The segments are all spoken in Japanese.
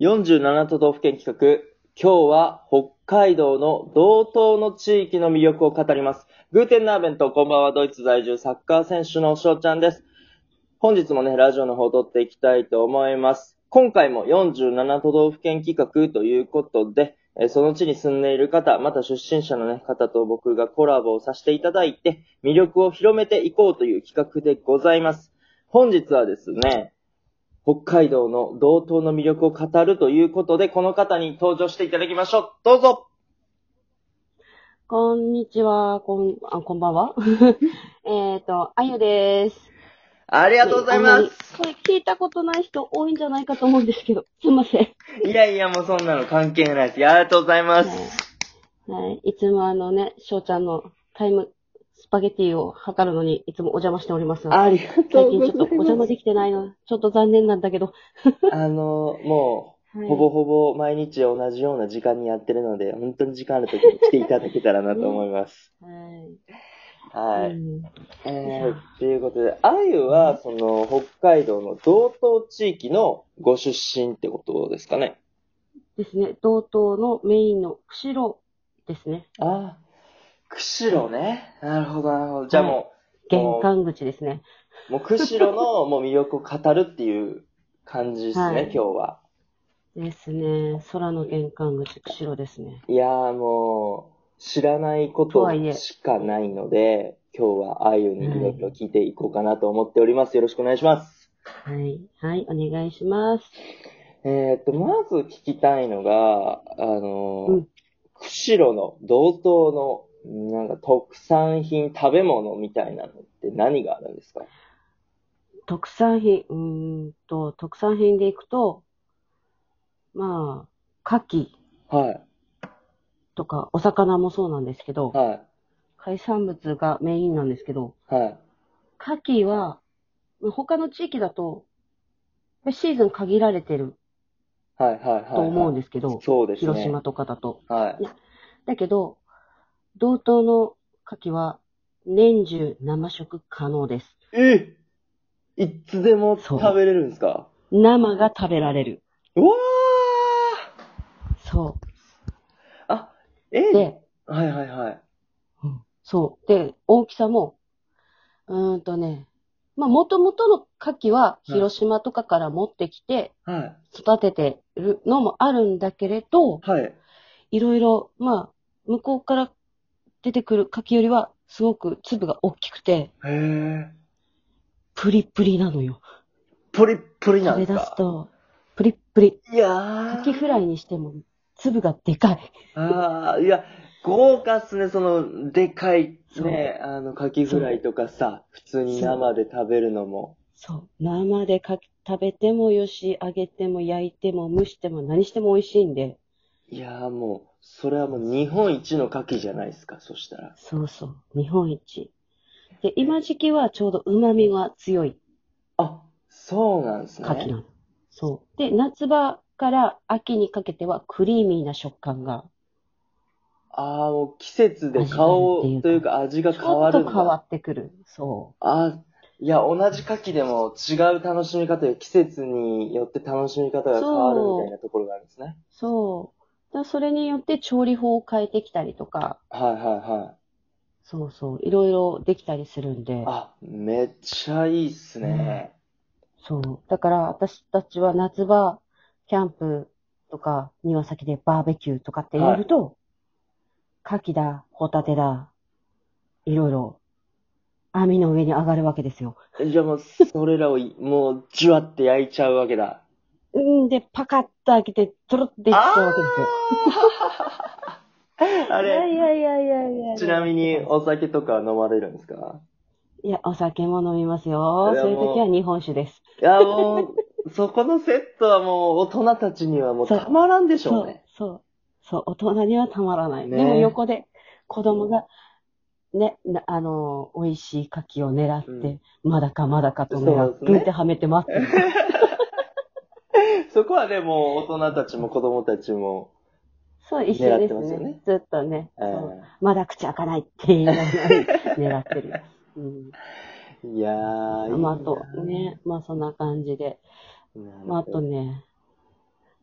47都道府県企画、今日は北海道の道東の地域の魅力を語ります。グーテンナーベント、こんばんは、ドイツ在住サッカー選手の翔ちゃんです。本日もね、ラジオの方撮っていきたいと思います。今回も47都道府県企画ということで、えーその地に住んでいる方、また出身者の、ね、方と僕がコラボをさせていただいて、魅力を広めていこうという企画でございます。本日はですね、北海道の道東の魅力を語るということで、この方に登場していただきましょう。どうぞこんにちは、こん、あ、こんばんは。 えっと、あゆです。ありあがとうございまんりこれ聞いたことない人多いんじゃないかと思うんですけど、 すいません。す。いやいや、もうそんなの関係ないです。いやありがとうございます。はい。いつもあのね、しょうちゃんのタイム、スパゲティを測るのに、いつもお邪魔しております。ありが最とう近ごちょざっといおま邪魔す。できてないの、ちょっと残念なんだけど。あの、もう、ほぼほぼ毎日同じような時間にやってるので、本当に時間ある時に来ていただけたらなと思います。 はい。はうい。んえー、っていうことで、あゆは、その、北海道の道東地域のご出身ってことですかね。ですね、道東のメインの釧路ですね。ああ、釧路ね。なるほど、なるほど。じゃあも玄関口ですね。う、もう釧路のもう魅力を語るっていう感じですね、はい今日は。ですね。空の玄関口、釧路ですね。いやーもう、知らないことしかないので、今日はあゆにいろいろ聞いていこうかなと思っております。よろしくお願いします。はい。はい、お願いします。えーっと、まず聞きたいのが、あのーうん釧路の道東の、なんか特産品、食べ物みたいなのって何があるんですか特産品、うーんと、特産品でいくと、まあ、牡蠣はい。とか、お魚もそうなんですけど、は海産物がメインなんですけど、い。はい。牡蠣は、まあ他の地域だと、シーズン限られてるはい。はい。はい。と思うんでですけど、そうですね。広島とかだと。はい。だけど、同等の牡蠣は、年中生食可能です。えいつでも食べれるんですか生が食べられる。うわそう。ーあ、えで、はいはいはい。そう。で、大きさも、うーんとね、まあ、もともとの牡蠣は広島とかから持ってきてはい。育ててるのもあるんだけれど、はい。いろいろ、まあ、向こうから出てくる牡蠣よりは、すごく粒が大きくて、へえ。プリプリなのよ。プリップリなん食べです出すかと、プリップリ。いや牡蠣ー。フライにしても、粒がでかい。あーいや、豪華っすね、その、でかいそうね、あの、カキフライとかさ、普通に生で食べるのも。そう。生で牡蠣食べてもよし、揚げても焼いても蒸しても何しても美味しいんで、いやーもう、それはもう日本一のカキじゃないですか、そしたら。そうそう。日本一。で、今時期はちょうど旨味が強いあ、そうなんですね。牡蠣なの。そう。で、夏場から秋にかけてはクリーミーな食感が、ああ、もう季節で顔というか味がち変ょわっるんとだ。変わってくる。そあ、いや、同じ牡蠣でも違う楽しみ方や季節によって楽しみ方が変わるみたいなところがあるんですねう。。そう。だからそれによって調理法を変えてきたりとか、はいはいはい。そうそう。いろいろできたりするんで、あ、めっちゃいいっすね。そう。だから私たちは夏場、キャンプとか、庭先でバーベキューとかってやると、牡蠣だ、ホタテだ、いろいろ、網の上に上がるわけですよ。じゃあもう、それらをい、もう、じゅわって焼いちゃうわけだ。うんで、パカッと開けて、トロッていっちゃうわけですよ。あいやれ、いやいやいやいやちなみにいお酒とかは飲まれるんですかや、お酒も飲みますよ。いやそういう時は日本酒です。いや、もう、そこのセットはもう、大人たちにはもう、そうたまらんでしょそううね。、そう、そう、大人にはたまらない。ねでも横で、子供が、ね、なあのー、美味しい牡蠣を狙って、うんまだかまだかとそう狙でっすて、ねグーってはめて待ってる。 そこはね、もう、大人たちも子供たちも、そう、一緒狙ってですますよね。ねずっとね、えーそうまだ口開かないって言いな がら狙ってる。うん、いやー、いいまあ、なあと、ね、まあそんな感じで。なるほどまあ、あとね、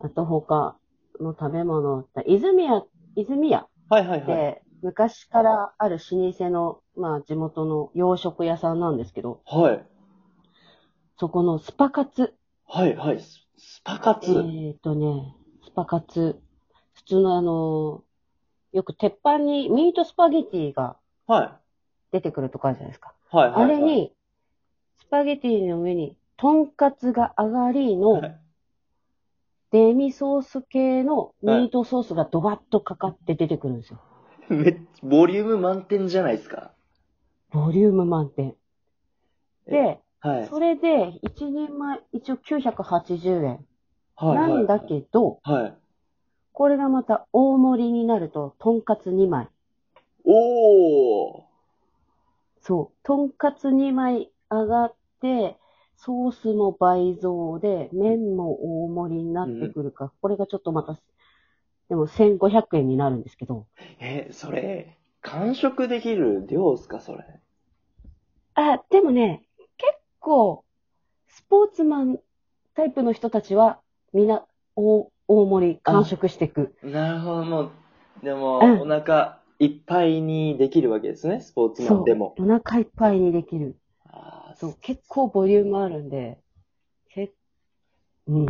あと他の食べ物、泉屋、泉屋はいはいっはい。て昔からある老舗の、まあ地元の洋食屋さんなんですけど、はい。そこのスパカツ。はいはい。ススパカえツ。ーっとね、スパカツ。普通のあの、よく鉄板にミートスパゲティがは出てくるとかあるじゃないですか。い。はいはい、あはい。れに、スパゲティの上に、とんかつが上がりのはい、デミソース系のミートソースがドバッとかかって出てくるんですよ。めっボリューム満点じゃないですか。ボリューム満点。で、はい。それで、一人前、一応980円。はいはいなんだけど、はい。これがまた大盛りになると、とんかつ2枚。おー。そう。とんかつ2枚上がって、ソースも倍増で、麺も大盛りになってくるか、これがちょっとまた、でも1500円になるんですけど。え、それ、完食できる量っすか、それ。あ、でもね、結構、スポーツマンタイプの人たちは、みんな、大、大盛り、完食していく。なるほど、もう、でうんも、お腹いっぱいにできるわけですね、スポーツマそンう。でも。お腹いっぱいにできる。あーそう、結構ボリュームあるんで、けうん。い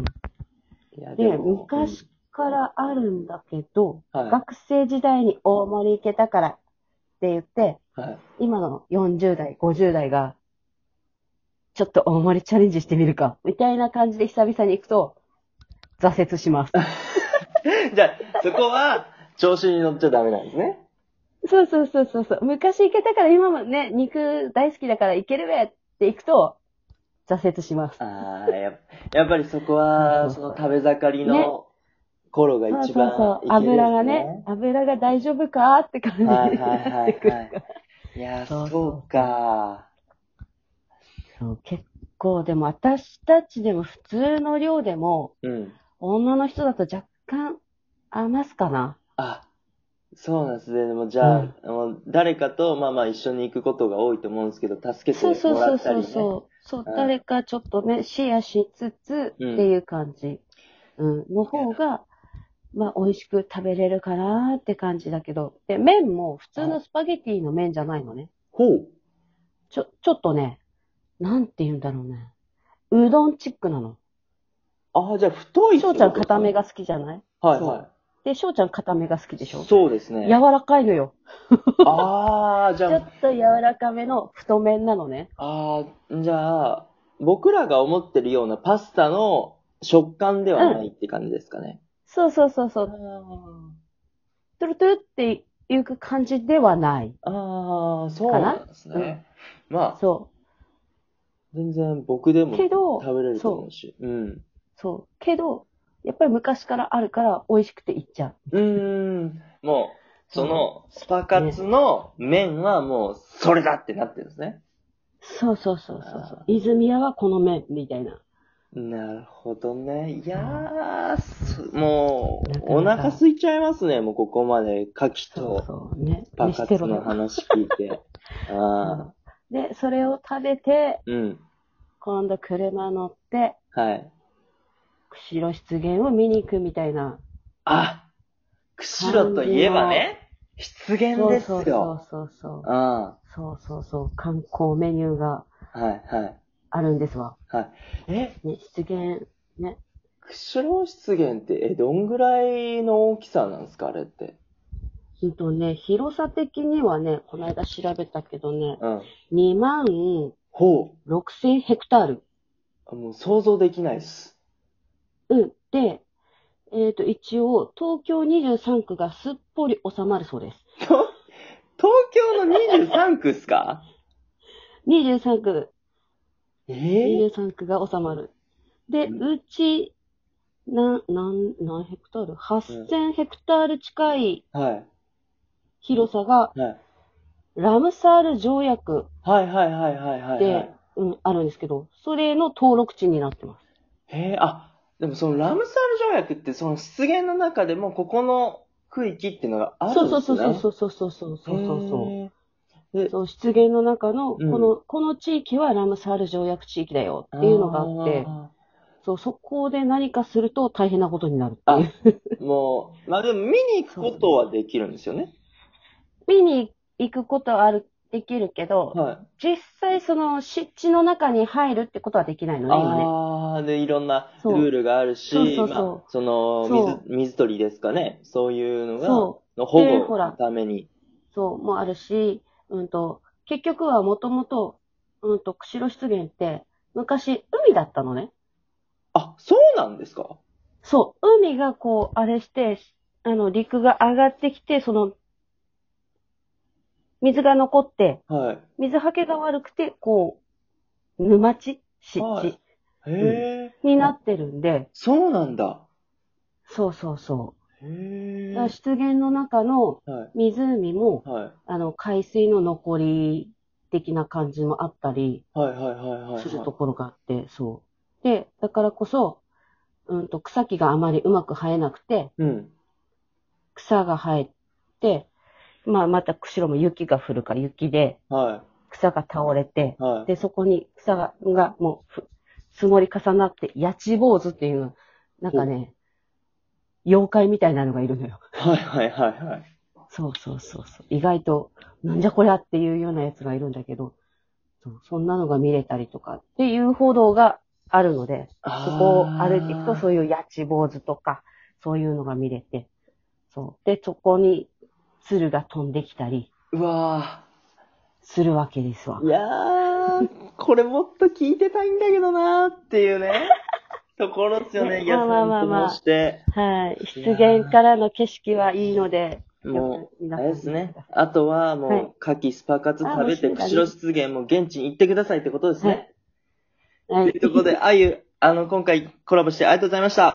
や、で、も昔からあるんだけど、うんは学生時代に大盛り行けたからって言って、い。はい。今の40代、50代が、ちょっと大盛りチャレンジしてみるか、みたいな感じで久々に行くと、挫折します。 じゃあ、そこは、調子に乗っちゃダメなんですね。そうそうそうそうそう。昔行けたから今もね、肉大好きだから行けるべって行くと、挫折します。ああ、ややっぱりそこは、その食べ盛りねの頃がそう一そ番うそう。いけるんですね油がね、油が大丈夫かって感じにはいはいなはってくい、る。はい。いや、そうそうそうか。 そう、結構、でも私たちでも普通の量でも、うん。女の人だと若干余すかな。あ、そうなんですね。でもじゃあ、うんあの誰かと、まあまあ一緒に行くことが多いと思うんですけど、助けてそうそうもらそうったそりうね。そう。そう、うん誰かちょっとね、シェアしつつってうんいう感じ。うん、の方が、まあ、美味しく食べれるかなって感じだけど。で、麺も普通のスパゲティの麺じゃないのね。ほう。ちょ、ちょっとね、なんて言うんだろうね。うどんチックなの。ああ、じゃあ太いって翔こちゃんとですか固め。が好きじゃないはいはで、翔ちゃん固めが好きい。でしょそうですね。柔らかいのよ。ああ、じちょゃっと柔らかめの太麺なのね。あ、ああ、じゃあ、僕らが思ってるようなパスタの食感ではないって感じですかね。そうそうそうそう。トゥルトゥルっていう感じではない。ああ、そうなんですね。まあ、そ全然僕でう。もけ食ど、べれると思うし。うん。そう。けど、やっぱり昔からあるから美味しくていっちゃうーん。もう、その、スパカツの麺はもう、それだってなってるんですね。う。そうそうそうそうそあう。泉屋はこの麺みたいな。なるほどね。いやー、すもなうか、おなか腹空いちゃいますね。もうここまで、牡蠣そうとそう。ね。スパ見カしツてろのよ。話聞い て。ああ、で、それを食べて、うん。今度車乗って、はい。釧路湿原を見に行くみたいな。あ、釧路といえばね、出現ですそうよ。そうそうそう。あそうそうそう。観光メニューがあ、はい、はい、あるんですわ。はい。え、ね、出現。ね。釧路出現って、え、どんぐらいの大きさなんですか、あれって。ほんとね、広さ的にはね、この間調べたけどね、うん。 2万ほう。 6000ヘクタール。あもう想像できないっす。うん。で、えっ、と、一応、東京23区がすっぽり収まるそうです。東京の23区っすか23区、ええ23区が収まる。で、うんうち、なん、なん、何ヘクタール ?8000 ヘクタール近いは広さが、い。はい。ラムサール条約はいはいはいはいはい、はでい。、うん、あるんですけど、それの登録地になってます。えー、あ、でもそのラムサール条約ってその出現の中でもここの区域っていうのがあるそんうですそねう。そうそうそうそうそうそうそうそう。へーで、そう、出現の中の、うんこの、この地域はラムサール条約地域だよっていうのがあって、そう、そこで何かすると大変なことになるってあいう。もう、まあでも見に行くことはできるんですよね。見に行くことはある、できるけど、はい。実際その湿地の中に入るってことはできないのね、今ね。ああ、で、いろんなルそうールがあるし、そうそうそうまあ、そのそ水、水鳥ですかね。そういうのが、その保で護ほのらために。う、そう、もあるし、うんと、結局はもともと、うんと、釧路湿原って、昔海だったのね。あ、そうなんですかそう、海がこう、あれして、あの、陸が上がってきて、その、水が残って、はい。水はけが悪くて、こう、沼地湿はい地へえ、になってるんで、そうなんだ。そうそうそへう。え。だからはい。湿原の中の湖も、はい。あの、海水の残り的な感じもあったりはいはいはいはい。するところがあって、そう。で、だからこそ、うんと、草木があまりうまく生えなくて、うん。草が生えて、まあ、また釧路も雪が降るから雪では草が倒れて、い。はい。で、そこに草ががもうふ積もり重なって、八千坊主っていう、なんかね、妖怪みたいなのがいるのよ。はいはいはいはい。そうそうそうそう。意外と、なんじゃこりゃっていうようなやつがいるんだけど、そうそんなのが見れたりとかっていう報道があるので、そこを歩いていくと、そういう。いう八千坊主とか、そういうのが見れて、そう。で、そこに鶴が飛んできたりうわするわけですわー。い。やー、これもっと聞いてたいんだけどなーっていう ね、ところですよね、ねいや、まあまあまあま散歩もあして。はい。湿原からの景色はいいので、もう、皆あさんれですね。あとははも、いう牡蠣スパカツ食べて、あ美味しいんだね釧路湿原も現地に行ってくださいってことですね。はい。ということで、あゆ、あの、今回コラボしてありがとうございました。